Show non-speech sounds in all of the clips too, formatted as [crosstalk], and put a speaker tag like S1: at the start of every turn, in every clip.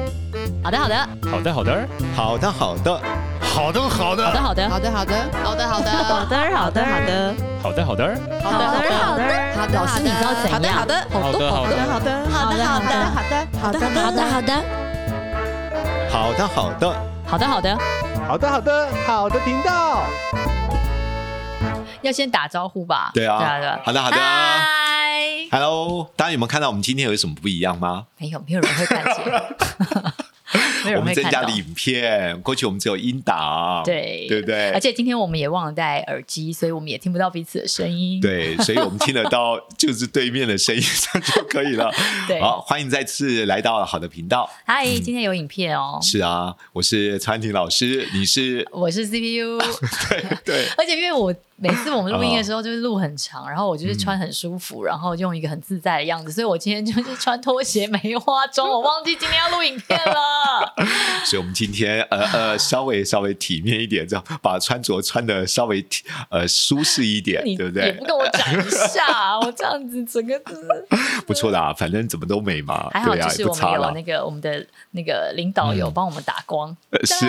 S1: 好的，好的，好的，好的，好
S2: 好的，好的，好的，
S3: 好的，好的，好的，好的，好的，好的，
S4: 好的，好的，
S5: 好的，好的，好的，好的，好
S1: 的
S2: 好的，
S5: 好的，
S1: 老师你知道怎样？
S5: 好的，好的，
S1: 好的，好
S3: 好
S1: 的
S3: 的，
S5: 好的，
S1: 好的好的
S5: 好的，好
S1: 好的，好的，好
S4: 好的，好的，
S5: 的，
S1: 的，好的，
S6: 好的，好的，好的频道。
S2: 要先打招呼吧？
S4: 对啊
S2: 对啊，对啊。
S4: 好的，好的。
S2: 嗨，
S4: Hello，大家有没有看到我们今天有什么不一样吗？
S2: 没有，没有人会看见，
S4: [laughs]
S2: 哎没有
S4: 我
S2: 人
S4: 们
S2: 会
S4: 增
S2: 看
S4: 加
S2: 到
S4: 了。影片，过去我们只有音档，
S2: 对
S4: 对不对？
S2: 而且今天我们也忘了戴耳机，所以我们也听不到彼此的声音。
S4: 对，所以我们听得到就是对面的声音，这样就可以了。
S2: [laughs] 对
S4: 好，欢迎再次来到好的频道。
S2: 嗨，今天有影片哦。
S4: 是啊，我是蔡安婷老师，你
S2: [laughs]
S4: 是
S2: 我是 CPU，
S4: 对对
S2: 而且因为我每次我们录
S4: 哦
S2: 音的时候就是路很长，然后我就是
S4: 嗯
S2: 穿很舒服，然后用一个很自在的样子，所以我今天就是穿拖鞋没化妆，我忘记今天要录影片了。
S4: 所以我们今天呃呃稍微稍微体面一点，这样把穿着穿的稍微体呃舒适一点，
S2: 你
S4: 对不
S2: 也
S4: 对
S2: 不？跟我讲一下，我这样子整个就是
S4: 不错啦，反正怎么都美嘛，
S2: 还好，
S4: 对
S2: 就
S4: 啊，
S2: 是
S4: 也不
S2: 我们
S4: 差嗯
S2: 有
S4: 了
S2: 那。个我们的那个领导有帮我们打光。
S4: 呃 [laughs] 是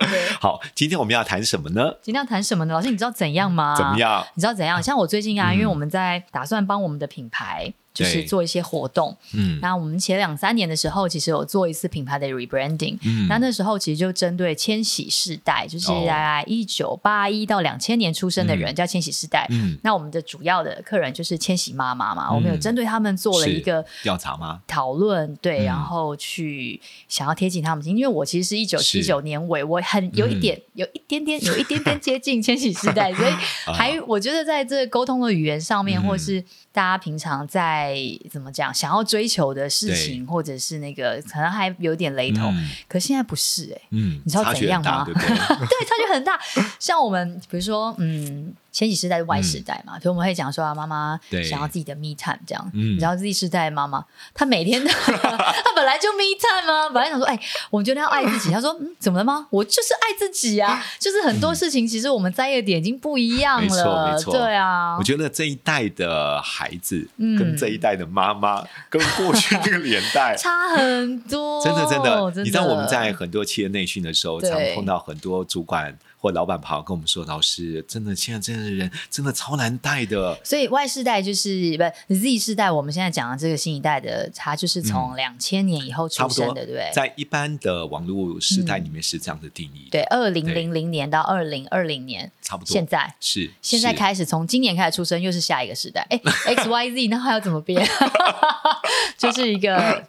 S2: 对，
S4: [laughs] 好，今天我们要谈什么呢？
S2: 今天要谈什么呢？老师，你知道怎样吗？
S4: 怎么？样？
S2: 你知道怎样？像我最近啊，
S4: 嗯
S2: 因为我们在打算帮我们的品牌。就是
S4: 对
S2: 做一些活动， [laughs]
S4: 嗯
S2: 那我们前两三年的时候，其实有做一次品牌的 rebranding，
S4: 嗯
S2: 那那时候其实就针对千禧世代，就是
S4: 哦
S2: 大概一九八一到两千年出生的人、
S4: 嗯
S2: 叫千禧世代。
S4: 嗯，
S2: 那我们的主要的客人就是千禧妈妈嘛，
S4: 嗯
S2: 我们有针对他们做了
S4: 是
S2: 一个
S4: 调查吗？
S2: 讨论，对，
S4: 嗯
S2: 然后去想要贴近他们心，因为我其实是一九七
S4: 是嗯
S2: 九年尾，我很有一点、有一点点有一点点接近千禧世代，所
S4: [laughs]
S2: 以还、我觉得在这沟通的语言上面，
S4: 啊嗯
S2: 或是大家平常在怎么讲想要追求的事情，或者是那个可能还有点雷同，
S4: 嗯
S2: 可现在不是哎、欸
S4: 嗯
S2: 你知道
S4: 差距
S2: 怎样
S4: 很大
S2: 吗
S4: 对
S2: [laughs]
S4: 不对？
S2: 对，差距很大。像我们比如说，嗯，前几世代是 Y 世代嘛，所以我们会讲说啊，妈妈
S4: 嗯对
S2: 想要自己的 me time 这样。
S4: 嗯
S2: 你知道 Z 世代的妈妈，她每天都， [laughs] 她本来就 me time 吗、本来想说，哎、我们觉得要爱自己。她说，嗯，怎么了吗？我就是爱自己啊，就是很多事情其实我们在意的点已经不一样
S4: 没错
S2: 了，
S4: 没错
S2: 对啊
S4: 我。觉得这一代的孩子，
S2: 嗯
S4: 跟这一代的妈妈，跟过去那个年代，
S2: [laughs] 差很多，
S4: [laughs] 真的真的，
S2: 真
S4: 你知道我们在很多企业内训的时候，
S2: 对
S4: 常碰到很多主管或老板跑来跟我们说，老师，真的现在这样的人真的超难带的，
S2: 所以 Y 世代就是不 Z 世代，我们现在讲的这个新一代的，他就是从两千年以后
S4: 嗯差
S2: 出
S4: 不
S2: 生
S4: 多
S2: 的，对不对？
S4: 在一般的网络时代里面是这样的定义，
S2: 对，，二零零零年到二零二零年，
S4: 差不多。
S2: 现在
S4: 是
S2: 现在
S4: 是
S2: 开始，从今年开始出生，又是下一个时代。
S4: [laughs]
S2: 哎，X Y Z，那还要怎么变？就是一个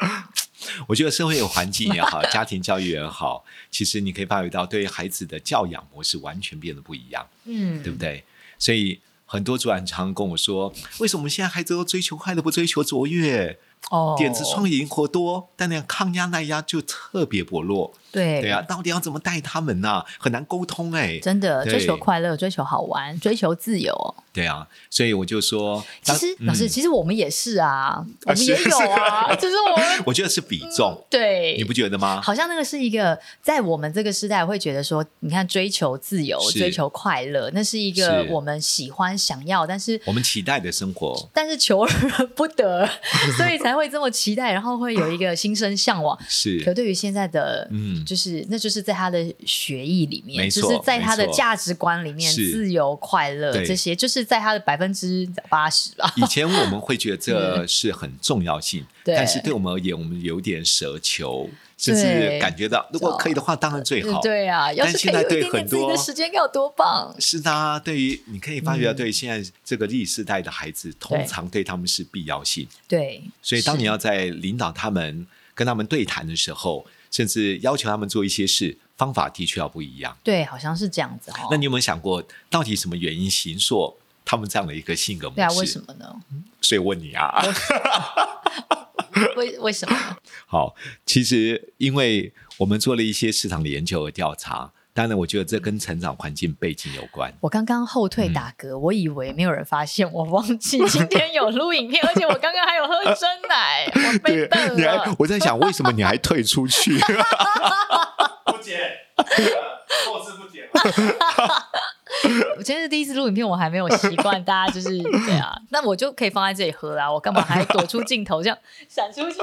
S4: 我觉得社会有环境也好，家庭教育也好，其实你可以发觉到对孩子的教养模式完全变得不一样。
S2: 嗯，
S4: 对不对？所以很多主管常跟我说，为什么现在孩子都追求快乐，不追求卓越？
S2: 哦，
S4: 点子双赢活多，但那样抗压耐压就特别薄弱。
S2: 对
S4: 对啊，到底要怎么带他们呢、很难沟通哎、
S2: 真的
S4: 对
S2: 追求快乐，追求好玩，追求自由哦。
S4: 对啊，所以我就说，
S2: 其
S4: 当
S2: 实老师，
S4: 嗯
S2: 其实我们也是啊，我们
S4: 是
S2: 也有啊，就是我
S4: [laughs]
S2: 们
S4: 我觉得是比重，
S2: 对，
S4: 你不觉得吗？
S2: 嗯好像那个是一个在我们这个时代会觉得说，你看追求自由、
S4: 是
S2: 追求快乐，那是一个
S4: 是
S2: 我们喜欢、想要，但是
S4: 我们期待的生活
S2: 但是求而不
S4: [laughs]
S2: 得，所以才会这么期待，然后会有一个心生向往。可
S4: 是，
S2: 对于现在的，
S4: 嗯
S2: 就是那就是在他的学艺里面，
S4: 没
S2: 就
S4: 错
S2: 是在他的
S4: 没错
S2: 价值观里面，
S4: 是
S2: 自由、快乐
S4: 对
S2: 这些，就是在他的百分之八十吧。
S4: 以前我们会觉得这是很重要性，
S2: 嗯 [laughs] 对
S4: 但是对我们而言，我们有点奢求，甚至
S2: 对
S4: 感觉到如果可以的话，当然最好。
S2: 对啊，要
S4: 但
S2: 是
S4: 现
S2: 可以
S4: 在
S2: 有一
S4: 对
S2: 点点
S4: 很
S2: 自己的
S4: 多
S2: 时间，该有多棒！
S4: 是的啊，对于你可以发觉到，
S2: 嗯
S4: 对于现在这个 Z 世代的孩子，通常对他们是必要性。
S2: 对，
S4: 所以，当
S2: 是
S4: 你要在领导他们、跟他们对谈的时候，甚至要求他们做一些事，方法的确要不一样。
S2: 对，好像是这样子哦。
S4: 那你有没有想过，到底什么原因形塑他们这样的一个性格模式？
S2: 对啊，为什？么呢？ [laughs]
S4: 所以问你啊，
S2: 为为什么呢？
S4: 好，其实因为我们做了一些市场的研究和调查，当然，我觉得这跟成长环境背景有关。
S2: 我刚刚后
S4: 嗯
S2: 退打嗝，我以为没有人发现，我忘记今天有录影
S4: [laughs]
S2: 片，而且我刚刚还有喝真奶，我被瞪
S4: 你还
S2: 了。
S4: 我在想，为什么你还退出去？ [laughs]
S3: 不剪，后置不剪。
S2: 我今天是第一次录影片，我还没有习惯，大家就是对啊，
S4: [laughs]
S2: 那我就可以放在这里喝啦，我
S4: [laughs]
S2: 干嘛还躲出镜头这样闪出去，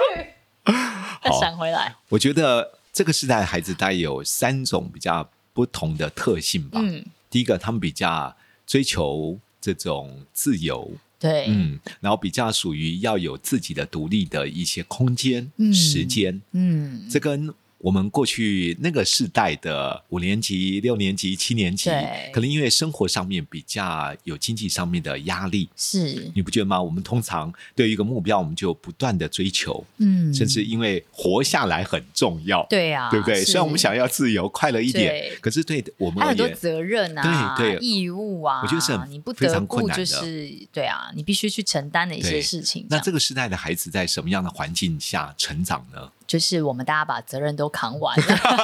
S2: 再闪回来？
S4: 我觉得这个时代的孩子大概有三种比较不同的特性吧。
S2: 嗯，
S4: 第一个，他们比较追求这种自由，
S2: 对，
S4: 嗯，然后比较属于要有自己的独立的一些空间、
S2: 嗯
S4: 时间，
S2: 嗯，
S4: 这跟我们过去那个世代的五年级、六年级、七年级
S2: 对，
S4: 可能因为生活上面比较有经济上面的压力，
S2: 是，
S4: 你不觉得吗？我们通常对于一个目标，我们就不断的追求，
S2: 嗯，
S4: 甚至因为活下来很重要，
S2: 对呀，
S4: 对不对？
S2: 是
S4: 虽然我们想要自由、快乐一点
S2: 对，
S4: 可是对我们
S2: 还有
S4: 而
S2: 很多
S4: 言，
S2: 责任啊，
S4: 对对
S2: 义务啊，
S4: 我觉得是很
S2: 你不
S4: 非
S2: 得
S4: 常困
S2: 不
S4: 难
S2: 就
S4: 的
S2: 是对啊，你必须去承担的一些
S4: 对
S2: 事情。
S4: 那
S2: 个
S4: 这个时代的孩子在什么样的环境下成长呢？
S2: 就是我们大家把责任都扛完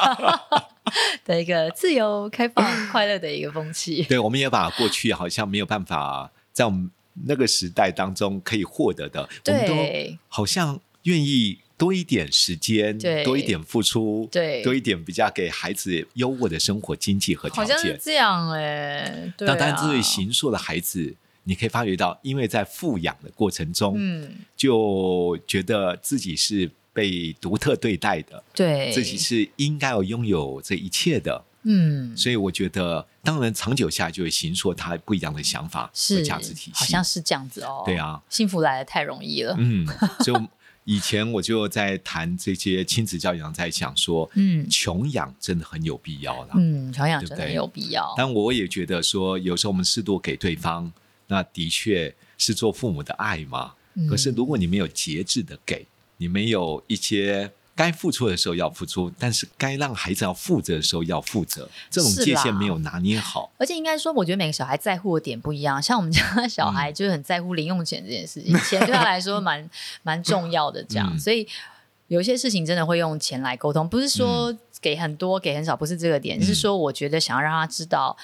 S4: [laughs]
S2: [laughs] 的一个自由、开放、快乐的一个风
S4: [laughs]
S2: 气。
S4: 对，我们也把过去好像没有办法在我们那个时代当中可以获得的，我们都
S2: 对
S4: 好像愿意多一点时间，
S2: 对
S4: 多一点付出，
S2: 对
S4: 多一点比较给孩子优渥的生活经济和条
S2: 好像是
S4: 件。
S2: 这样哎，对
S4: 那当然，
S2: 啊
S4: 这对形塑的孩子，你可以发觉到，因为在富养的过程中，
S2: 嗯，
S4: 就觉得自己是被独特对待的，
S2: 对，
S4: 自己是应该要拥有这一切的。
S2: 嗯，
S4: 所以我觉得，当然长久下来就会形塑他不一样的想法和
S2: 是
S4: 价值体系。
S2: 好像是这样子哦。
S4: 对，啊，
S2: 幸福来的太容易了。
S4: 嗯，所以我以前我就在谈这些亲子教养，在想说，
S2: 嗯
S4: 穷养真的很有必要啦。
S2: 嗯，调养
S4: 啊对不
S2: 真的
S4: 对
S2: 有必要。
S4: 但我也觉得说，有时候我们适度给对方，那的确是做父母的爱嘛。
S2: 嗯
S4: 可是如果你没有节制的给，你没有一些该付出的时候要付出，但是该让孩子要负责的时候要负责，这种
S2: 是啦
S4: 界限没有拿捏好。
S2: 而且应该说，我觉得每个小孩在乎的点不一样。像我们家的小孩
S4: 嗯
S2: 就是很在乎零用钱这件事情，钱对他来说蛮蛮重要的。这样，
S4: 嗯
S2: 所以有些事情真的会用钱来沟通，不是说给很多给很少，不是这个点，
S4: 嗯
S2: 是说我觉得想要让他知道。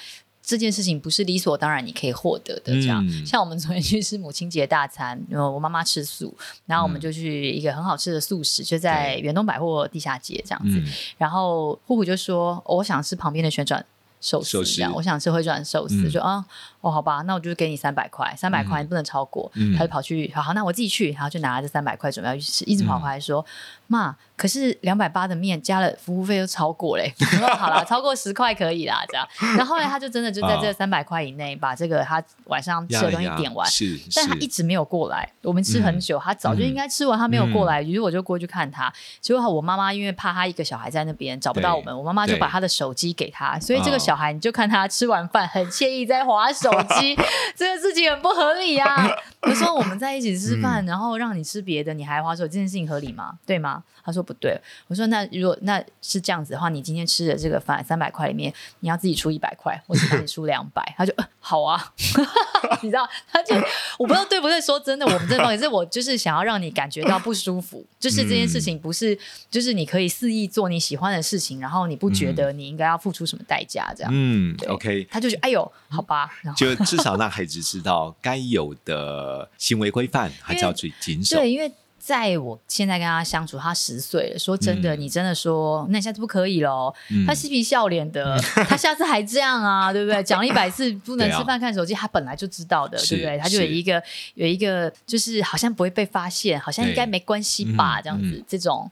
S2: 这件事情不是理所当然你可以获得的，这样、
S4: 嗯
S2: 像我们昨天去吃母亲节大餐，因为我妈妈吃素，然后我们
S4: 嗯
S2: 就去一个很好吃的素食，就在
S4: 对
S2: 远东百货地下街这样子。
S4: 嗯，
S2: 然后虎虎就说、哦我想吃旁边的旋转寿司，
S4: 寿司
S2: 这样我想吃回转寿司，
S4: 嗯
S2: 就啊、哦，好吧，那我就给你三百块，三百块
S4: 嗯
S2: 你不能超过。
S4: 嗯
S2: 他就跑去，好好，那我自己去，然后就拿着三百块准备要去吃，一直
S4: 嗯
S2: 跑回来说，妈，可是两百八的面加了服务费都超过嘞、 [laughs] 我说好啦，超过十块可以啦，这样。然后后来他就真的就在这
S4: 啊
S2: 三百块以内把这个他晚上吃
S4: 呀
S2: 的东西
S4: 呀
S2: 点完，
S4: 是，嗯
S2: 但他
S4: 是
S2: 一直没有过来。我们吃很久，他早就应该吃完，他没有过
S4: 嗯
S2: 来，于是我就过去看他。结果我妈妈因为怕他一个小孩在那边找不到我们，
S4: 对
S2: 我妈妈就把
S4: 对
S2: 他的手机给他，所以这个
S4: 啊
S2: 小孩你就看他吃完饭很惬意在划手机，
S4: 哦
S2: [laughs] 这个事情很不合理
S4: [laughs]
S2: 啊。我说我们在一起吃饭，
S4: 嗯
S2: 然后让你吃别的，你还划手，这件事情合理吗？对吗？他说不对。我说那如果那是这样子的话，你今天吃的这个饭三百块里面，你要自己出一百块，我只帮你出两百。他就、呃、好啊， [laughs] 你知道，他就我不知道对不对。说真的，我们这方也是我就是想要让你感觉到不舒服，就是这件事情不是，就是你可以肆意做你喜欢的事情，然后你不觉得你应该要付出什么代价这样。
S4: 嗯
S2: 对
S4: ，OK，
S2: 他就觉得哎呦，好吧，然后。
S4: 就至少让孩子知道该有的行为规范还是要去谨守。
S2: 对，因为在我现在跟他相处，他十岁了，说真的，
S4: 嗯
S2: 你真的说，那你下次不可以喽。
S4: 嗯
S2: 他嬉皮笑脸的，他下次还这样啊，对不对？讲了一百
S4: [laughs]
S2: 次不能
S4: 对啊
S2: 吃饭看手机，他本来就知道的，
S4: 是
S2: 对不对？他就有
S4: 是
S2: 一个有一个，就是好像不会被发现，好像应该
S4: 对
S2: 没关系吧，
S4: 嗯
S2: 这样子
S4: 嗯
S2: 这种。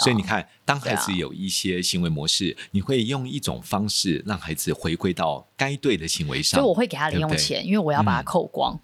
S4: 所以你看，当孩子
S2: 对啊
S4: 有一些行为模式，你会用一种方式让孩子回归到该对的行为上。
S2: 所以我会给他零用钱，因为我要
S4: 嗯
S2: 把它扣
S4: [laughs]
S2: 光。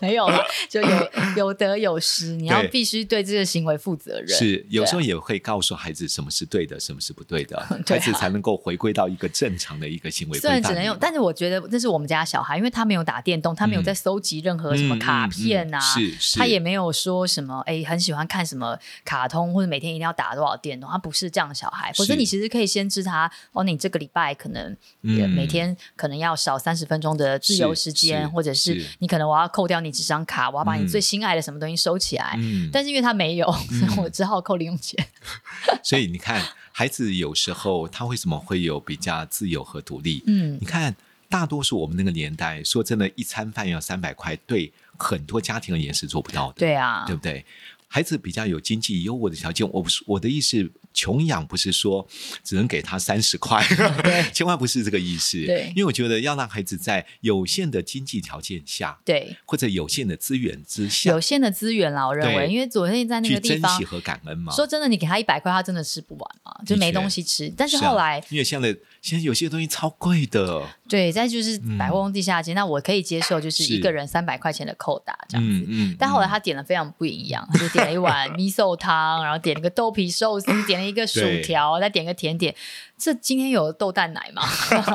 S2: 没有了，就有有得有失，你要
S4: 对
S2: 必须对这个行为负责任。
S4: 是有时候
S2: 对啊
S4: 也会告诉孩子什么是对的，什么是不对的，
S2: [laughs] 对
S4: 孩
S2: 啊
S4: 子才能够回归到一个正常的一个行为
S2: 虽
S4: 规
S2: 然
S4: 范里面。
S2: 只能用，但是我觉得那是我们家小孩，因为他没有打电动，他没有
S4: 嗯
S2: 在搜集任何什么卡片啊，
S4: 嗯嗯嗯是是，
S2: 他也没有说什么哎很喜欢看什么卡通或者每天一定要打多少电动，他不是这样的小孩。
S4: 是
S2: 否则你其实可以先知他哦，你这个礼拜可能
S4: 嗯
S2: 也每天可能要少三十分钟的自由时
S4: 是
S2: 间，
S4: 是
S2: 或者是
S4: 是
S2: 你可能我要扣掉你几张卡，我要把你
S4: 嗯
S2: 最心爱的什么东西收起来。
S4: 嗯，
S2: 但是因为他没有，所以我只好扣零用钱。
S4: 所以你看，孩子有时候他为什么会有比较自由和独立？
S2: 嗯
S4: 你看，大多数我们那个年代，说真的，一餐饭要三百块，对很多家庭而言是做不到的，
S2: 对啊
S4: 对，不对？孩子比较有经济优渥的条件，我不是我的意思，穷养不是说只能给他三
S2: [laughs]
S4: 十块， [laughs] 千万不是这个意思。
S2: 对
S4: 因为我觉得要让孩子在有限的经济条件下，
S2: 对，
S4: 或者有限的资源之下
S2: 有，限的资源啦，我认为，
S4: 对
S2: 因为昨天在那
S4: 去
S2: 个地
S4: 珍
S2: 方
S4: 惜，和感恩嘛。
S2: 说真的，你给他一百块，他真的吃不完嘛，就
S4: 的
S2: 没
S4: 确
S2: 东西吃。但是
S4: 啊
S2: 后来，
S4: 因为现在现在有些东西超贵的，
S2: 对，再就是
S4: 嗯
S2: 百货公司地下街，那我可以接受，就是一
S4: 是
S2: 个人三百块钱的扣打这样子。
S4: 嗯嗯。
S2: 但后来
S4: 嗯
S2: 他点了非常不一
S4: [laughs]
S2: 样，他就点了一碗 miso 汤，然后点了一个豆皮寿司，点了一个薯条，再点一个甜点。这今天有豆蛋奶吗？ [laughs]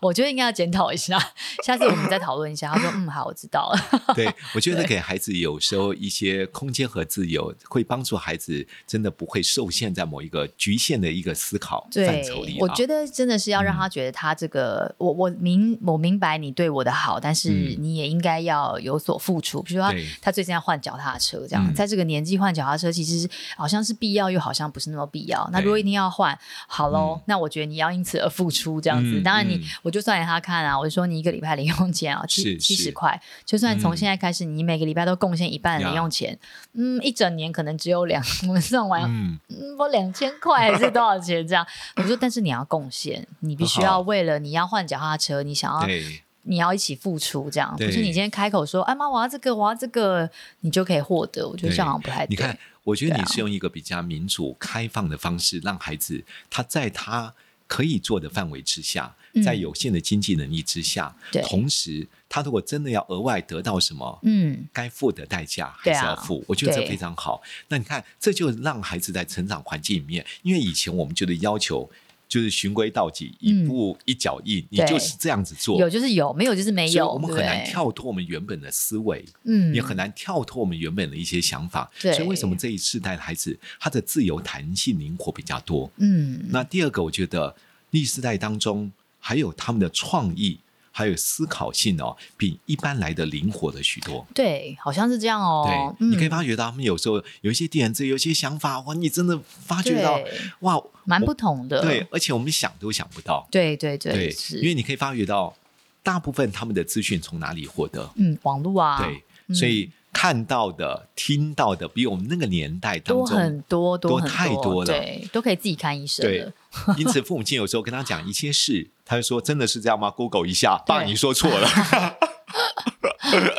S2: 我觉得应该要检讨一下，下次我们再讨论一下。他说：“嗯，好，我知道了。 [laughs]
S4: 对，我觉得给孩子有时候一些空间和自由，会帮助孩子真的不会受限在某一个局限的一个思考范
S2: 对
S4: 畴里、啊。嗯
S2: 我觉得真的是要让他觉得他这个，我我明我明白你对我的好，但是
S4: 嗯
S2: 你也应该要有所付出。比如说他
S4: 对
S2: 他最近要换脚踏车，这样、
S4: 嗯
S2: 在这个年纪换脚踏车，其实好像是必要，又好像不是那么必要。那如果
S4: 对
S2: 一定要换，好喽，
S4: 嗯
S2: 那我觉得你要因此而付出这样子。
S4: 嗯
S2: 当然你，
S4: 嗯
S2: 我就算给他看啊，我就说你一个礼拜零用钱啊，七
S4: 是
S2: 七十
S4: 是
S2: 块，就算从
S4: 嗯
S2: 现在开始，你每个礼拜都贡献一半的零
S4: 呀
S2: 用钱，嗯，一整年可能只有两，我们算完
S4: 嗯，
S2: 嗯，我两千块还是多少钱这样？ [laughs] 我说，但是你要贡献，你必须要
S4: 好
S2: 为了你要换脚踏车，你想要
S4: 对
S2: 你要一起付出这样。不
S4: 对
S2: 是你今天开口说，哎妈，我要这个，我要这个，你就可以获得。我觉得这样好像不太
S4: 你
S2: 对。
S4: 看，我觉得
S2: 对
S4: 你
S2: 啊
S4: 是用一个比较民主、开放的方式，让孩子他在他可以做的范围之下，在
S2: 嗯
S4: 有限的经济能力之下，
S2: 对
S4: 同时他如果真的要额外得到什么，
S2: 嗯，
S4: 该付的代价
S2: 对
S4: 还
S2: 啊
S4: 是要付，我觉得这
S2: 对
S4: 非常好。那你看，这就让孩子在成长环境里面，因为以前我们觉得要求就是循规蹈矩，一
S2: 嗯
S4: 步一脚印，你
S2: 对
S4: 就是这样子做，
S2: 有就是有，没有就是没
S4: 所以
S2: 有，
S4: 我们
S2: 对
S4: 很
S2: 不
S4: 难
S2: 对，
S4: 跳脱我们原本的思维，
S2: 嗯，
S4: 也很难跳脱我们原本的一些想法。
S2: 对
S4: 所以为什么这一世代的孩子他的自由、弹性、灵活比较多？
S2: 嗯，
S4: 那第二个，我觉得历世代当中还有他们的创意。还有思考性哦，比一般来的灵活了许多。
S2: 对，好像是这样哦。
S4: 对，你可以
S2: 嗯
S4: 发觉到他们有时候有一些点子，有一些想法，哇，你真的发觉到
S2: 对，
S4: 哇，
S2: 蛮
S4: 我
S2: 不同的。
S4: 对，而且我们想都想不到，
S2: 对对对，是
S4: 因为你可以发觉到大部分他们的资讯从哪里获得，
S2: 嗯，网络啊，
S4: 对，所以看到的、听到的，比我们那个年代当
S2: 多
S4: 中
S2: 很多，
S4: 多
S2: 很
S4: 太多了
S2: 对，都可以自己看医生
S4: 对
S2: 了。
S4: 因此，父母亲有时候跟他讲一些事，他就说：“真的是这样吗？”Google 一下，爸，
S2: 对
S4: 你说错
S2: [laughs]
S4: 了。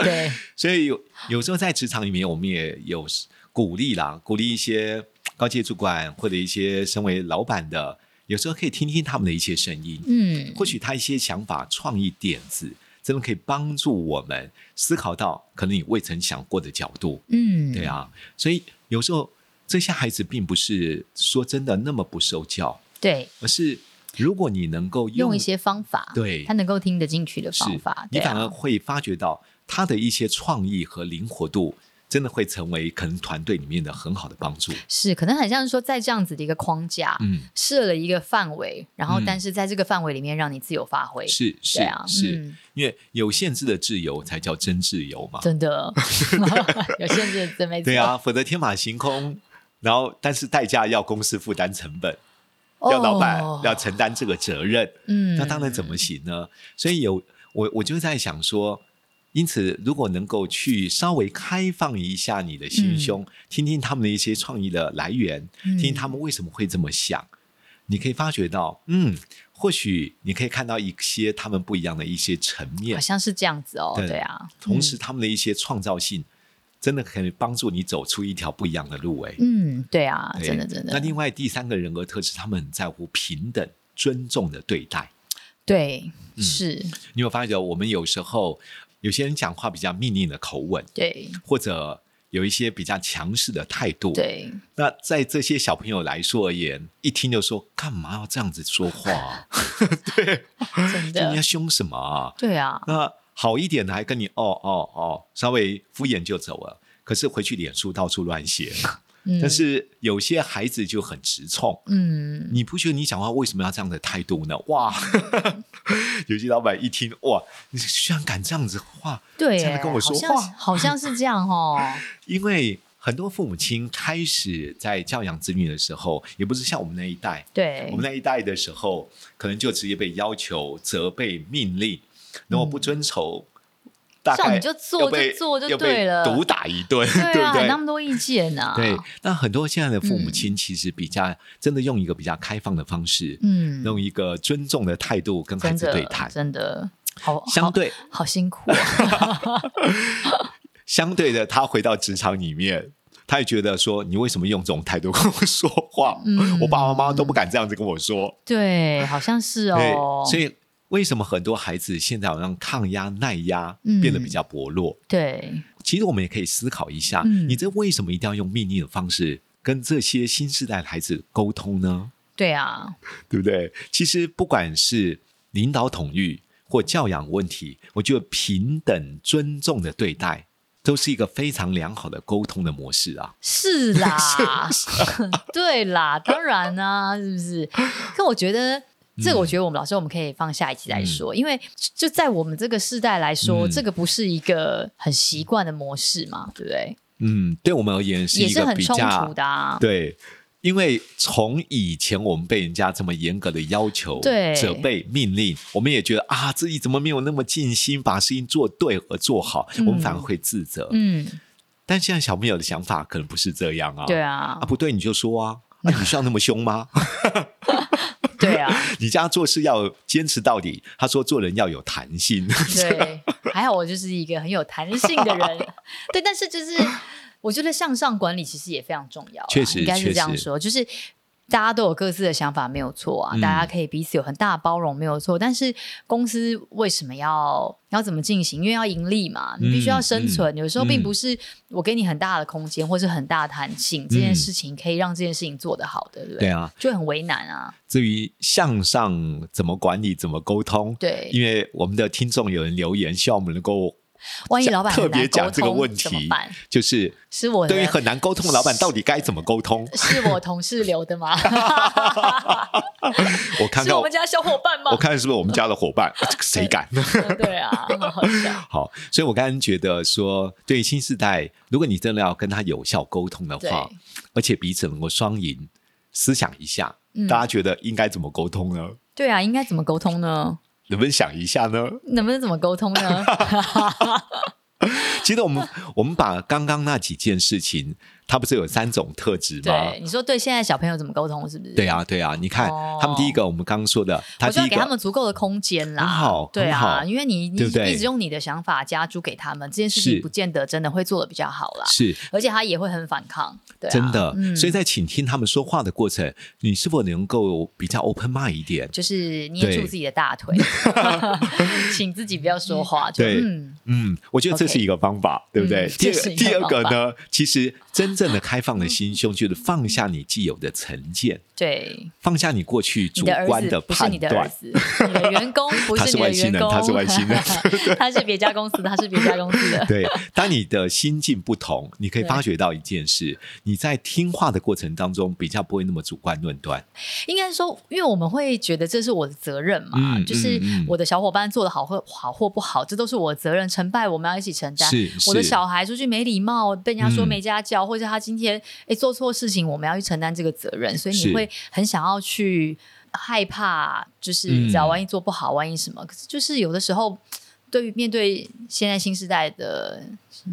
S2: 对，
S4: 所以有有时候在职场里面，我们也有鼓励啦，鼓励一些高阶主管或者一些身为老板的，有时候可以听听他们的一些声音，
S2: 嗯，
S4: 或许他一些想法、创意点子，真的可以帮助我们思考到可能你未曾想过的角度。
S2: 嗯，
S4: 对，啊，所以有时候这些孩子并不是说真的那么不受教，
S2: 对，
S4: 而是如果你能够用
S2: 用一些方法，
S4: 对
S2: 他能够听得进去的
S4: 是
S2: 方法，
S4: 你
S2: 对啊
S4: 反而会发觉到他的一些创意和灵活度，真的会成为可能团队里面的很好的帮助。
S2: 是可能很像是说在这样子的一个框架。
S4: 嗯，
S2: 设了一个范围，然后
S4: 嗯
S2: 但是在这个范围里面让你自由发挥，
S4: 是是、
S2: 对啊，
S4: 是、
S2: 嗯，
S4: 因为有限制的自由才叫真自由嘛。
S2: 真
S4: [laughs]
S2: 的有限制，真没错
S4: 对，啊，否则天马行空。然后，但是代价要公司负担成本，
S2: 哦
S4: 要老板要承担这个责任。
S2: 嗯，
S4: 那当然怎么行呢？所以有我我就在想说，因此如果能够去稍微开放一下你的心胸，听听他们的一些创意的来源，
S2: 嗯
S4: 听听他们为什么会这么想，你可以发觉到，嗯，或许你可以看到一些他们不一样的一些层面
S2: 好，像是这样子哦，
S4: 对
S2: 对啊，
S4: 同时他们的一些创造性，真的可以帮助你走出一条不一样的路、哎、
S2: 嗯，嗯，对啊，
S4: 对
S2: 真的真的，
S4: 那另外第三个人格特质，他们很在乎平等、尊重的对待。
S2: 对
S4: 嗯
S2: 是，
S4: 你有发觉我们有时候有些人讲话比较命令的口吻，
S2: 对
S4: 或者有一些比较强势的态度。，
S2: 对，
S4: 那在这些小朋友来说而言，一听就说干嘛要这样子说话、啊？
S2: 真
S4: 就你要
S2: 的，
S4: 凶什么啊？
S2: 对啊，
S4: 那好一点的还跟你哦哦哦，稍微敷衍就走了。可是回去脸书到处乱写，
S2: 嗯
S4: 但是有些孩子就很直冲，
S2: 嗯，
S4: 你不觉得你讲话为什么要这样的态度呢？哇， [laughs] 有些老板一听哇，你居然敢这样子话，
S2: 对
S4: 这
S2: 耶，
S4: 样跟我说
S2: 好像是
S4: 话
S2: 好像是这样哦。
S4: 因为很多父母亲开始在教养子女的时候，也不是像我们那一代，
S2: 对，
S4: [laughs] 我们那一代的时候，可能就直接被要求、责备、命令，如果不遵守大
S2: 嗯像
S4: 概
S2: 你就做
S4: 又被
S2: 就做就
S4: 又被
S2: 对了
S4: 毒打一 [laughs] 顿，
S2: 对啊，
S4: 不对
S2: 很？那么多意见呐、啊，
S4: 对，那很多现在的父母
S2: 嗯
S4: 亲其实比较真的用一个比较开放的方式，
S2: 嗯，
S4: 用一个尊重的态度跟孩
S2: 真
S4: 子
S2: 的
S4: 对谈。
S2: 真的好好
S4: 相对
S2: 好辛苦、啊，
S4: [laughs] 相对的，他回到职场里面，他也觉得说，你为什么用这种态度跟我说话？
S2: 嗯
S4: 我爸爸妈妈都不敢这样子跟我说。
S2: 对，好像是哦，
S4: 对，所以为什么很多孩子现在好像抗压、耐压
S2: 嗯
S4: 变得比较薄弱？
S2: 对，
S4: 其实我们也可以思考一下，
S2: 嗯
S4: 你这为什么一定要用命令的方式跟这些新时代的孩子沟通呢？
S2: 对啊，
S4: 对不对？其实不管是领导统御或教养问题，我觉得平等尊重的对待，都是一个非常良好的沟通的模式啊。
S2: 是啦，
S4: [laughs]
S2: [laughs] 对啦，当然啊，是不是？可我觉得。
S4: 嗯
S2: 这个我觉得我们老师，我们可以放下一期来说，因为就在我们这个世代来说，
S4: 嗯
S2: 这个不是一个很习惯的模式嘛，对不对？
S4: 嗯，对我们而言是
S2: 也
S4: 一
S2: 是
S4: 个
S2: 很
S4: 比
S2: 冲突
S4: 较
S2: 的啊。
S4: 对。因为从以前我们被人家这么严格的要求、
S2: 对
S4: 责备、命令，我们也觉得啊，自己怎么没有那么尽心把事情做对和做好，我们反而会自责。
S2: 嗯，
S4: 但现在小朋友的想法可能不是这样啊。
S2: 对
S4: 啊，
S2: 啊，
S4: 不对你就说啊，那、
S2: [laughs]
S4: 你需要那么凶吗？ [laughs]
S2: 对啊，
S4: 你家做事要坚持到底。他说做人要有弹性。 [laughs]
S2: 对，还好我就是一个很有弹性的人。对，但是就是我觉得向上管理其实也非常重要啦，
S4: 确实
S2: 应该是
S4: 确
S2: 这样
S4: 实
S2: 说，就是。大家都有各自的想法，没有错啊。
S4: 嗯
S2: 大家可以彼此有很大的包容，没有错。但是公司为什么要要怎么进行？因为要盈利嘛，你必
S4: 嗯
S2: 须要生存。有时候并不是我给你很大的空间，或是很大的弹性，这件事情可以让这件事情做得好的，对不对？
S4: 嗯 [laughs] 对啊，
S2: 就很为难啊。
S4: 至于向上怎么管理、怎么沟通，
S2: 对，
S4: 因为我们的听众有人留言，希望我们能够
S2: 万一老板
S4: 特
S2: 很难
S4: 别
S2: 沟
S4: 讲这个问
S2: 通怎么
S4: 题
S2: 办？，
S4: 就是
S2: 是我的？
S4: 对于很难沟通的老板，到底该怎么沟通
S2: [laughs] 是我同事留的吗？ [laughs]
S4: 我 [laughs] 看
S2: 是
S4: 看
S2: 我，们家小伙伴吗
S4: 我？看是不是我们家的伙
S2: [laughs]
S4: 伴，啊这个谁敢？ [laughs]
S2: 对啊，很好笑。
S4: 好，所以我刚刚觉得说，对于新时代，如果你真的要跟他有效沟通的
S2: 对，
S4: 话，而且彼此能够双赢，思想一下，
S2: 嗯
S4: 大家觉得应该怎么沟通呢？
S2: 对啊，应该怎么沟通呢？
S4: 能不能想一下呢？
S2: 能不能怎么沟通呢？
S4: [laughs] 其实我们 [laughs] 我们把刚刚那几件事情，它不是有三种特质吗
S2: 对，？你说对现在小朋友怎么沟通，是不是？
S4: 对，啊，对啊，你看、
S2: 哦
S4: 他们第一个，我们刚刚说的，他
S2: 我
S4: 第
S2: 就要
S4: 一
S2: 给他
S4: 个，
S2: 们足够的空间啦。
S4: 很好
S2: 对
S4: 很
S2: 啊，
S4: 好
S2: 因为你你
S4: 对不对
S2: 一直用你的想法加诸给他们，这件事情
S4: 是
S2: 不见得真的会做的比较好啦。
S4: 是
S2: 而且他也会很反抗，对啊，
S4: 真的，
S2: 嗯
S4: 所以在倾听他们说话的过程，你是否能够比较 open mind 一点？
S2: 就是捏住
S4: 对
S2: 自己的大腿， [laughs] 请自己不要说话。就
S4: 对
S2: 嗯，
S4: 嗯，我觉得这
S2: OK
S4: 是一个方法，对不对？
S2: 嗯
S4: 第
S2: 这是一
S4: 二
S2: 个
S4: 第二个
S2: 方
S4: 呢，其实真正的开放的心胸，就是放下你既有的成见，
S2: 对，
S4: 放下你过去
S2: 你
S4: 主
S2: 的儿
S4: 观
S2: 子不是
S4: 判
S2: 嗯你的儿
S4: 断。
S2: 子，你的员
S4: [laughs]
S2: 工不
S4: 他
S2: 是
S4: 是
S2: 你的
S4: 外星
S2: 员
S4: 人
S2: 工，
S4: 他是外星人
S2: [laughs]
S4: [laughs]
S2: 他是别家公司的，他是别家公司的，
S4: 对，当你的心境不同，你可以
S2: 对
S4: 发觉到一件事：你在听话的过程当中，比较不会那么主观论断。
S2: 应该说，因为我们会觉得这是我的责任嘛，
S4: 嗯
S2: 就是
S4: 嗯嗯
S2: 我的小伙伴做的好或好或不好，这都是我的责任，成败我们要一起承担。
S4: 是
S2: 我的
S4: 是
S2: 小孩出去没礼貌，被人家说
S4: 嗯
S2: 没家教，或者他今天诶做错事情，我们要去承担这个责任，所以你
S4: 是
S2: 会很想要去害怕，就是
S4: 嗯
S2: 只要万一做不好，万一什么，可是就是有的时候。对于面对现在新时代的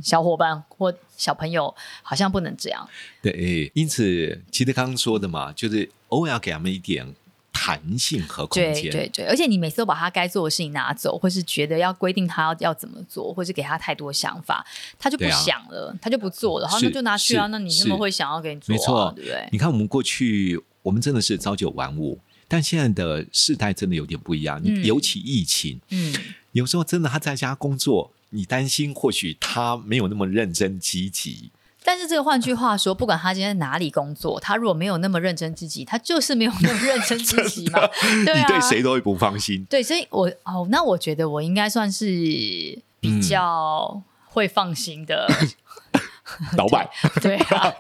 S2: 小伙伴或小朋友，好像不能这样。
S4: 对，因此其实刚刚说的嘛，就是偶尔要给他们一点弹性和空
S2: 对
S4: 间。
S2: 对对，而且你每次都把他该做的事情拿走，或是觉得要规定他要要怎么做，或是给他太多想法，他就不
S4: 对啊
S2: 想了，他就不做了，然后
S4: 是
S2: 那就拿去啊。
S4: 是
S2: 那你那么
S4: 是
S2: 会想要给你做、啊，
S4: 没错
S2: 对不对？
S4: 你看我们过去，我们真的是朝九晚五，但现在的世代真的有点不一样，
S2: 嗯
S4: 尤其疫情，
S2: 嗯，
S4: 有时候真的他在家工作。你担心，或许他没有那么认真积极，
S2: 但是这个换句话说，不管他今天在哪里工作，他如果没有那么认真积极，他就是没有那么认真积极
S4: [laughs]
S2: 嘛。对啊，
S4: 你对谁都会不放心。
S2: 对，所以我哦，那我觉得我应该算是比
S4: 嗯
S2: 较会放心的
S4: 老板，
S2: [laughs] 对
S4: [laughs]
S2: 啊，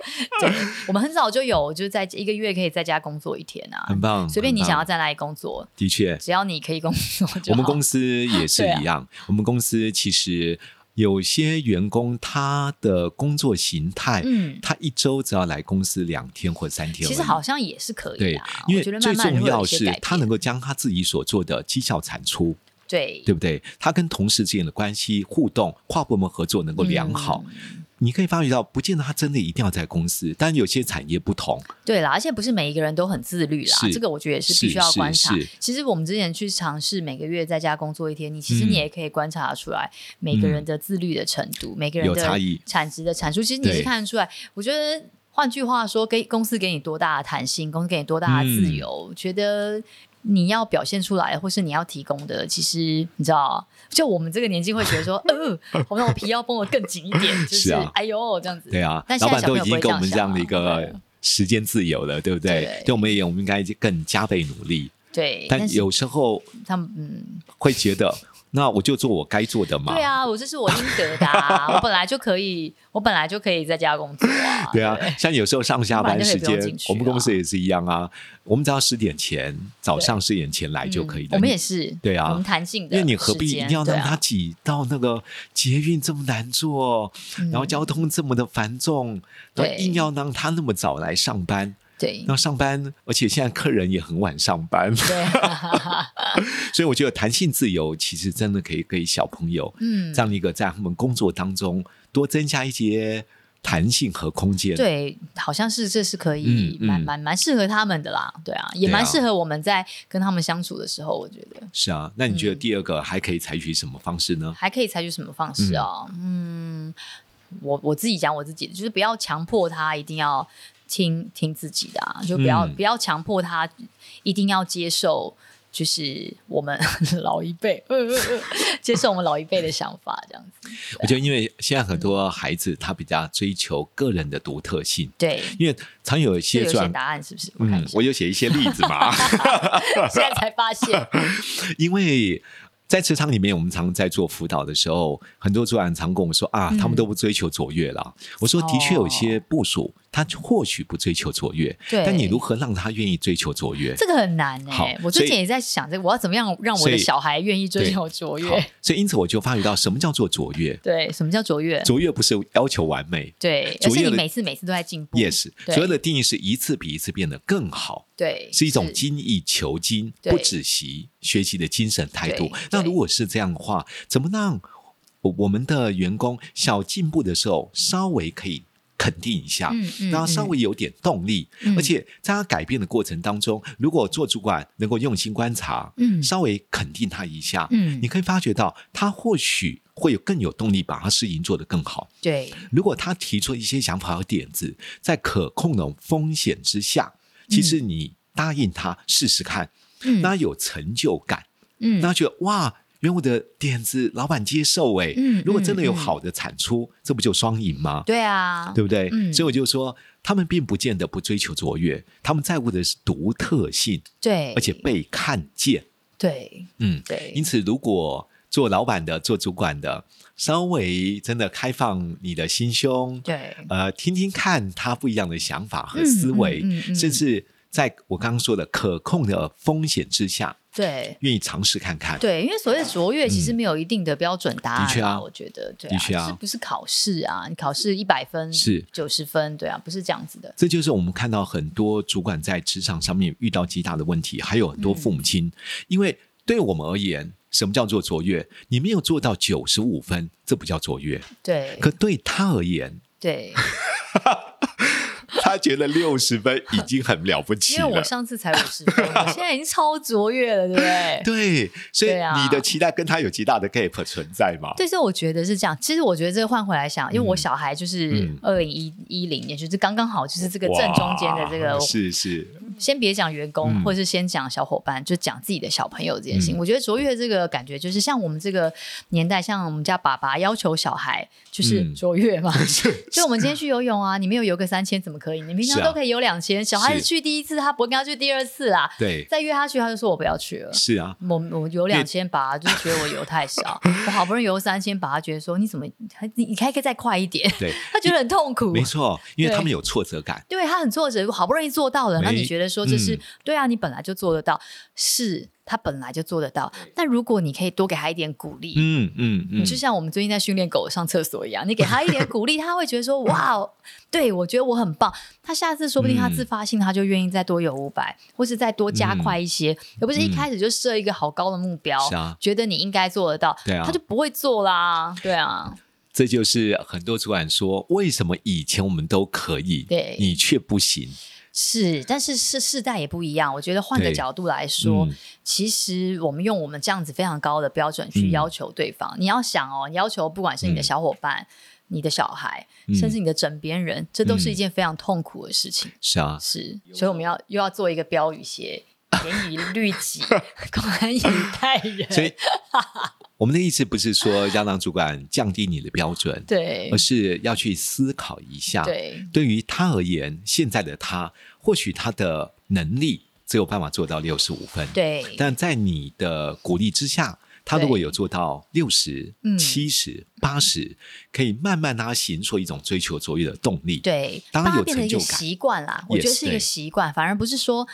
S2: 对，我们很早就有，就是在一个月可以在家工作一天啊，
S4: 很棒
S2: 随便你
S4: 很棒
S2: 想要在哪里工作，
S4: 的确，
S2: 只要你可以工作就好。
S4: 我们公司也是
S2: 对啊
S4: 一样，我们公司其实有些员工他的工作形态，
S2: 嗯，
S4: 他一周只要来公司两天或三天而已，
S2: 其实好像也是可以
S4: 对
S2: 的啊，，
S4: 因
S2: 我觉
S4: 为
S2: 得
S4: 最
S2: 慢慢
S4: 重
S2: 会有
S4: 要
S2: 一些
S4: 是
S2: 改
S4: 他
S2: 变
S4: 能够将他自己所做的绩效产出
S2: 对
S4: 对不对？他跟同事之间的关系互动、跨部门合作能够良好，
S2: 嗯
S4: 你可以发觉到，不见得他真的一定要在公司，但有些产业不同，
S2: 对啦，而且不是每一个人都很自律啦，
S4: 是
S2: 这个我觉得也是必须要
S4: 是
S2: 观察
S4: 是是。
S2: 其实我们之前去尝试每个月在家工作一天，你其实
S4: 嗯
S2: 你也可以观察得出来每个人的自律的程度，每个人
S4: 有
S2: 的
S4: 差异
S2: 产值的产出，其实你
S4: 对
S2: 是看得出来。我觉得。换句话说，给公司给你多大的弹性，公司给你多大的自
S4: 嗯
S2: 由，觉得你要表现出来，或是你要提供的，其实你知道，就我们这个年纪会觉得
S4: [laughs]
S2: 说，呃，好像我皮要绷得更紧一点，就是
S4: 啊
S2: 哎呦这样子。
S4: 对啊
S2: 但，现
S4: 老
S2: 在
S4: 板
S2: 小朋
S4: 都已
S2: 友不会
S4: 经给我们
S2: 这
S4: 这
S2: 样
S4: 样的一
S2: 想了
S4: 个时间自由了，对不对？
S2: 对
S4: 我们也我们应该更加倍努力，
S2: 对，
S4: 但
S2: 是
S4: 有时候
S2: 他们嗯，
S4: 会觉得，那我就做我该做的嘛。
S2: 对啊，我这是我应得的、啊，
S4: [laughs]
S2: 我本来就可以，我本来就可以在家工作啊。
S4: 对啊，像有时候上下
S2: 不然
S4: 班
S2: 就可以
S4: 时
S2: 不用
S4: 间
S2: 进，去
S4: 我们公司
S2: 啊
S4: 也是一样啊。我们只要十点前，早上十点前来
S2: 嗯，
S4: 就可以了。
S2: 我们
S4: 你
S2: 也是，
S4: 对啊
S2: 我们弹性的时间，
S4: 因为你何必一定要
S2: 对
S4: 让
S2: 啊
S4: 它挤到那个捷运这么难坐，然后交通这么的繁重，然后
S2: 嗯对
S4: 硬要让他那么早来上班，
S2: 对
S4: 那上班，而且现在客人也很晚上
S2: [laughs]
S4: 班，
S2: 对，
S4: [laughs] 所以我觉得弹性自由其实真的可以给小朋友
S2: 嗯
S4: 这，样一个 [laughs] 在他们工作当中多增加一些弹性和空间。
S2: 对，好像是这是可以
S4: 嗯嗯
S2: 蛮蛮蛮适合他们的啦，对啊，也
S4: 对啊
S2: 蛮适合我们在跟他们相处的时候，我觉得
S4: 是啊，那你觉得
S2: 嗯
S4: 第二个还可以采取什么方式呢？
S2: 还可以采取什么方式哦？嗯，我我自己讲我自己的，就是不要强迫他一定要听听自己的、啊，就不要、
S4: 嗯
S2: 不要强迫他一定要接受，就是我们 [laughs] 老一辈， [laughs] 呃呃呃接受我们老一辈的想法，这样子。
S4: 我觉得，因为现在很多孩子他比较追求个人的独特性，
S2: 对，
S4: 因为常有一
S2: 就
S4: 些
S2: 有些
S4: 转
S2: 答案是不是？我看
S4: 嗯
S2: 一，下，
S4: 我有写一些例子
S2: [laughs]
S4: 嘛， [laughs]
S2: 现在才发现，
S4: 因为。在职场里面，我们常在做辅导的时候，很多主管常跟我说啊，
S2: 嗯哦
S4: 他们都不追求卓越了。我说，的确有些部署，他或许不追求卓越，
S2: 对
S4: 但你如何让他愿意追求卓越？
S2: 这个很难哎、
S4: 好
S2: 我
S4: 所
S2: 最
S4: 以
S2: 近也在想这个，我要怎么样让我
S4: 所以
S2: 的小孩愿意追
S4: 对
S2: 求卓
S4: 好
S2: 越？，
S4: 所以因此我就发觉到什么叫做卓越。
S2: 对，什么叫卓越？
S4: 卓越不是要求完美
S2: 对，而
S4: 卓越
S2: 且你
S4: 的
S2: 每次每次都在进步。
S4: ，yes，
S2: 对
S4: 卓越的定义是一次比一次变得更好。
S2: 对，
S4: 是一种精益求精、
S2: 对
S4: 不止息学习的精神态度
S2: 对。
S4: 那
S2: 对
S4: 如果是这样的话，怎么让我我们的员工小进步的时候稍微可以肯定一下，
S2: 嗯嗯
S4: 让他稍微有点动力？
S2: 嗯
S4: 而且在他改变的过程当中，如果做主管能够用心观察，
S2: 嗯
S4: 稍微肯定他一下，
S2: 嗯
S4: 你可以发觉到他或许会有更有动力把他事情做得更好。
S2: 对，
S4: 如果他提出一些想法和点子，在可控的风险之下，其实你答应他试试看，
S2: 嗯
S4: 那有成就感，
S2: 嗯
S4: 那觉得哇，原我的点子老板接受哎、
S2: 嗯
S4: 如果真的有
S2: 嗯嗯
S4: 好的产出，这不就双赢吗？
S2: 对啊，
S4: 对不对？
S2: 嗯
S4: 所以我就说，他们并不见得不追求卓越，他们在乎的是独特性，
S2: 对，
S4: 而且被看见。
S2: 对
S4: 嗯，
S2: 对，
S4: 因此，如果做老板的、做主管的，稍微真的开放你的心胸，
S2: 对
S4: 呃，听听看他不一样的想法和思维，
S2: 嗯嗯嗯嗯
S4: 甚至在我刚刚说的可控的风险之下，
S2: 对
S4: 愿意尝试看看。
S2: 对，因为所谓的卓越其实
S4: 嗯
S2: 没有一定的标准答案啦，
S4: 的确啊
S2: 我觉得对、啊，
S4: 的确啊
S2: 就是不是考试啊，你考试一百分
S4: 是
S2: 九十分，对啊，不是这样子的，
S4: 这就是我们看到很多主管在职场上面遇到极大的问题，还有很多父母亲，
S2: 嗯
S4: 因为对我们而言，什么叫做卓越？你没有做到九十五分，这不叫卓越；
S2: 对
S4: 可对他而言，
S2: [laughs]
S4: [laughs]
S2: 对，
S4: 他觉得六十分已经很了不起
S2: 因为我
S4: 了。
S2: 上次才五十分，我现在已经超卓越了，对不对？
S4: [laughs] 对，所以
S2: 对啊
S4: 你的期待跟他有极大的 gap 存在嘛？
S2: 对，所以我觉得是这样。其实我觉得这个换回来想，因为我
S4: 嗯
S2: 小孩就是
S4: 嗯
S2: 二零一一零年，就是刚刚好，就是这个
S4: 哇
S2: 正中间的这个
S4: 是是，
S2: 先别讲员工，
S4: 嗯
S2: 或者是先讲小伙伴，就讲自己的小朋友这件事情。
S4: 嗯
S2: 我觉得卓越这个感觉，就是像我们这个年代，像我们家爸爸要求小孩就是
S4: 嗯
S2: 卓越
S4: [laughs]
S2: 嘛。 [laughs] 就我们今天去游泳啊，你没有游个三千怎么可以？你平
S4: 是
S2: 常
S4: 啊
S2: 都可以游两千，小孩子
S4: 是
S2: 去第一次他不会跟他去第二次啦。
S4: 对，
S2: 再约他去，他就说我不要去了。
S4: 是啊，
S2: 我我游
S4: 因为
S2: 两千八，就是觉得我游太少。我好不容易游三千八，他觉得说你怎么还你你还可以再快一点，
S4: 对，
S2: 他觉得很痛苦。
S4: 没错，因为
S2: 嗯对
S4: 他们有挫折感，
S2: 对他很挫折，好不容易做到了，
S4: 没
S2: 那你觉得说这是、
S4: 嗯
S2: 对啊？你本来就做得到，是他本来就做得到
S3: 对。
S2: 但如果你可以多给他一点鼓励，
S4: 嗯嗯嗯，
S2: 就像我们最近在训练狗上厕所一样，你给他一点鼓励，他会觉得说：“哇哦，对我觉得我很棒。”他下次说不定他
S4: 嗯
S2: 自发性，他就愿意再多有五百，或是再多加快一些，而不是一开始就设一个好高的目标，
S4: 嗯是啊
S2: 觉得你应该做得到，
S4: 对啊
S2: 他就不会做啦。对啊，
S4: 这就是很多主管说，为什么以前我们都可以，
S2: 对
S4: 你却不行？
S2: 是，但是世世代也不一样。我觉得换个
S4: 对
S2: 角度来说，
S4: 嗯
S2: 其实我们用我们这样子非常高的标准去
S4: 嗯
S2: 要求对方，你要想哦，你要求不管是你的
S4: 嗯
S2: 小伙伴、你的小孩，
S4: 嗯
S2: 甚至你的枕边人，这都是一
S4: 嗯
S2: 件非常痛苦的事情。
S4: 是啊，
S2: 是，所以我们要又要做一个标语写“严以律己， [laughs] 宽以待人”。[laughs]
S4: 所以我们的意思不是说要让主管降低你的标准，
S2: 对
S4: 而是要去思考一下，
S2: 对
S4: 对于他而言，现在的他或许他的能力只有办法做到六十五分，
S2: 对
S4: 但在你的鼓励之下，他如果有做到六十
S2: 嗯、
S4: 七十、八十，可以慢慢让他形塑一种追求卓越的动力。，
S2: 对，
S4: 当
S2: 让
S4: 然
S2: 它
S4: 有
S2: 变成一
S4: 成
S2: 个
S4: 就感
S2: 习惯啦。我
S4: Yes，
S2: 觉得是一
S4: 对
S2: 个习惯，反而不是说。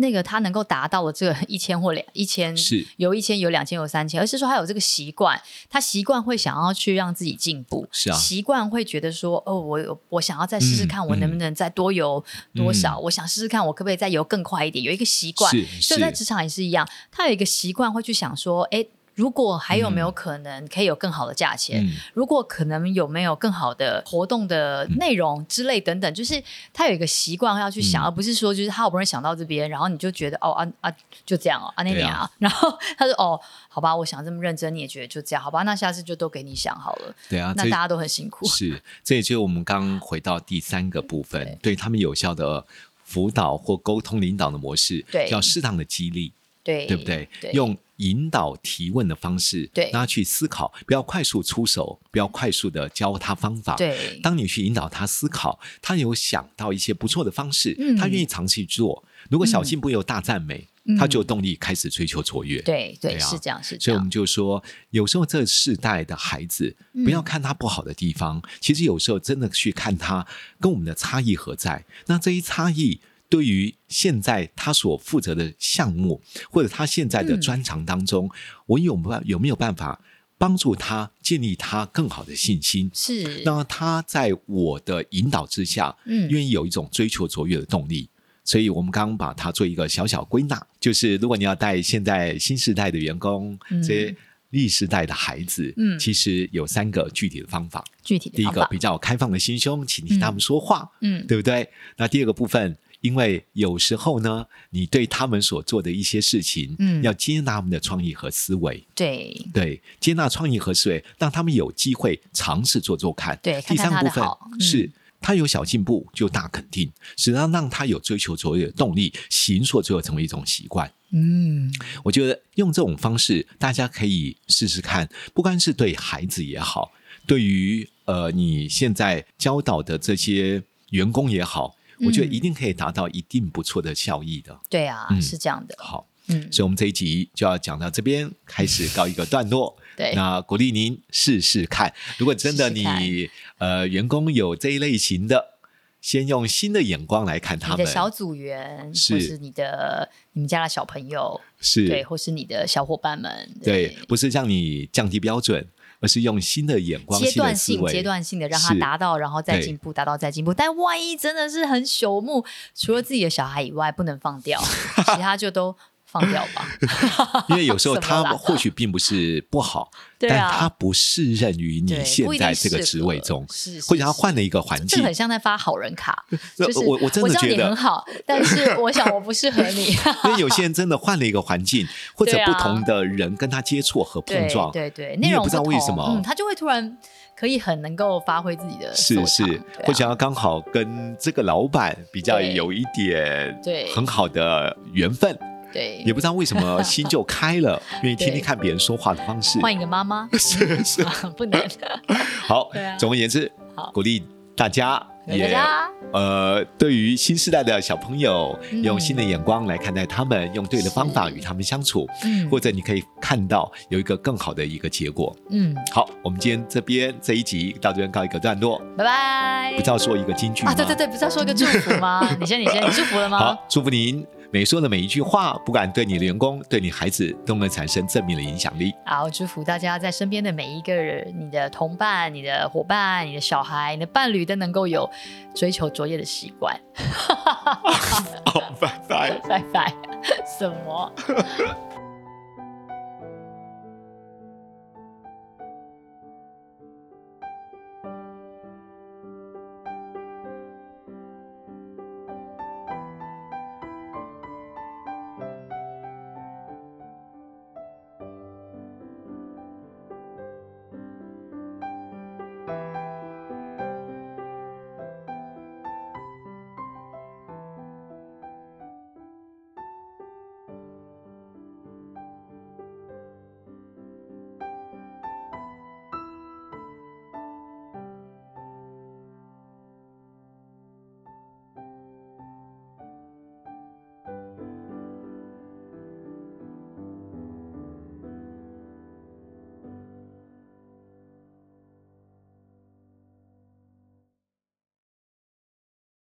S2: 那个他能够达到了这个 [laughs] 一千或两一千，
S4: 是
S2: 有一千有两千有三千，而是说他有这个习惯，他习惯会想要去让自己进步，
S4: 是啊
S2: 习惯会觉得说，哦，我有我想要再试试
S4: 嗯
S2: 看，我能不
S4: 嗯
S2: 能再多游多少，
S4: 嗯
S2: 我想试试看，我可不可以再游更快一点，有一个习惯，
S4: 是
S2: 所以在
S4: 是
S2: 职场也是一样，他有一个习惯会去想说，哎，如果还有没有
S4: 嗯
S2: 可能可以有更好的价钱？
S4: 嗯，
S2: 如果可能有没有更好的活动的内容之类等等，就是他有一个习惯要去想，
S4: 嗯
S2: 而不是说就是他好不容易想到这边，然后你就觉得哦啊啊就这样哦啊那
S4: 对
S2: 年
S4: 啊
S2: 啊，然后他说哦好吧，我想这么认真，你也觉得就这样好吧，那下次就都给你想好了，
S4: 对啊，
S2: 那
S4: 这
S2: 大家都很辛苦，
S4: 是，这也就是我们刚刚回到第三个部分，对他们有效的辅导或沟通领导的模式，
S2: 对
S4: 要适当的激励，
S2: 对
S4: 对不对？
S2: 对
S4: 用引导提问的方式，
S2: 对
S4: 让他去思考，不要快速出手，不要快速的教他方法，。
S2: 对
S4: 啊当你去引导他思考，他有想到一些不错的方式，
S2: 嗯
S4: 他愿意尝试去做。如果小进步又大赞美，
S2: 嗯
S4: 他就有动力开始追求卓越。
S2: 对
S4: 对
S2: 对
S4: 啊
S2: 是这样是这
S4: 所以我
S2: 样
S4: 们，就说，有时候这世代的孩子，
S2: 嗯
S4: 不要看他不好的地方，其实有时候真的去看他跟我们的差异何在。那这一差异。对于现在他所负责的项目，或者他现在的
S2: 嗯
S4: 专长当中，我有没有有没有办法帮助他建立他更好的信心？
S2: 是
S4: 让他在我的引导之下，
S2: 嗯
S4: 愿意有一种追求卓越的动力。所以，我们刚刚把它做一个小小归纳，就是如果你要带现在新时代的员工，
S2: 嗯
S4: 这些历时代的孩子，
S2: 嗯
S4: 其实有三个具体的方法。
S2: 具体
S4: 第
S2: 的
S4: 一
S2: 方
S4: 个
S2: 法，
S4: 比较开放的心胸，请听他们说话，
S2: 嗯
S4: 对不对？那第二个部分，因为有时候呢，你对他们所做的一些事情，
S2: 嗯
S4: 要接纳他们的创意和思维，
S2: 对
S4: 对，接纳创意和思维，让他们有机会尝试做做看。
S2: 对看
S4: 第
S2: 看
S4: 三
S2: 他
S4: 部
S2: 的
S4: 分
S2: 好嗯
S4: 是。他有小进步就大肯定，实际上让他有追求卓越的动力，形塑最后成为一种习惯。
S2: 嗯
S4: 我觉得用这种方式，大家可以试试看，不光是对孩子也好，对于呃你现在教导的这些员工也好，我觉得
S2: 嗯
S4: 一定可以达到一定不错的效益的。
S2: 对啊
S4: 嗯
S2: 是这样的，
S4: 好。
S2: 嗯
S4: 所以，我们这一集就要讲到这边，开始告一个段落。
S2: 对
S4: 那鼓励您试试看。如果真的
S2: 试
S4: 你
S2: 试看
S4: 呃员工有这一类型的，先用新的眼光来看他
S2: 你
S4: 们
S2: 的，小组员或
S4: 是
S2: 是你的你们家的小朋友。对，
S4: 是
S2: 或是你的小伙伴们，
S4: 对，不是让你降低标准，而是用新的眼光、
S2: 阶
S4: 新的
S2: 段
S4: 思
S2: 性、
S4: 维。
S2: 阶段性的让他
S4: 是
S2: 达到，然后再进步，达到再进步。但万一真的是很朽木，除了自己的小孩以外，不能放
S4: [laughs]
S2: 掉，其他就都放掉吧。
S4: 因为有时候
S2: 什么
S4: 他
S2: 啦
S4: 或许并不是不好，
S2: 对
S4: 但
S2: 啊，
S4: 他不适任于你
S2: 对
S4: 现
S2: 不一定
S4: 在这个
S2: 适
S4: 职
S2: 合
S4: 位中，
S2: 是
S4: 或者他
S2: 是
S4: 换了一个环
S2: 这
S4: 境
S2: 很。像在发好人卡，
S4: [laughs] 那
S2: 就是
S4: 我我真的
S2: 知道
S4: 觉
S2: 你
S4: 得
S2: 很好，但是我想我不适合
S4: [laughs]
S2: 你。
S4: 因为有些人真的换了一个环境，或者
S2: 对啊
S4: 不同的人跟他接触和碰
S2: 对
S4: 撞，
S2: 对对，
S4: 你
S2: 内
S4: 也
S2: 容
S4: 不知道
S2: 同
S4: 为什么
S2: 嗯，他就会突然可以很能够发挥自己的所
S4: 是
S2: 长，
S4: 是，
S2: 对啊
S4: 或者要刚好跟这个老板比较
S2: 对
S4: 有一点
S2: 对
S4: 很好的缘分，
S2: 对
S4: 也不知道为什么心就
S2: [laughs]
S4: 开了，愿意听听看别人说话的方式。
S2: 换一个妈妈 [laughs]
S4: 是是，
S2: 不
S4: [laughs]
S2: 能，
S4: 好
S2: 对啊，
S4: 总而言之
S2: 好，
S4: 鼓励大家
S2: 大家
S4: 呃，对于新时代的小朋友，
S2: 嗯
S4: 用新的眼光来看待他们，用对的方法与他们相处，
S2: 嗯
S4: 或者你可以看到有一个更好的一个结果。
S2: 嗯，
S4: 好，我们今天这边这一集到这边告一个段落，
S2: 拜拜
S4: 不。知道说一个金句
S2: 啊，
S4: 吗？ [laughs]
S2: 对对对，不是要说一个祝福吗？你先，你先，你祝福了吗？
S4: 好，祝福您每说的每一句话，不管对你的员工、对你孩子，都能产生正面的影响力。
S2: 好，祝福大家在身边的每一个人，你的同伴、你的伙伴、你的小孩、你的伴侣，都能够有追求卓越的习惯。
S4: 好，拜拜。
S2: [laughs] 拜拜，什么？